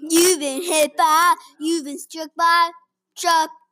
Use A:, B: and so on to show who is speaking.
A: been hit by, you've been struck by, struck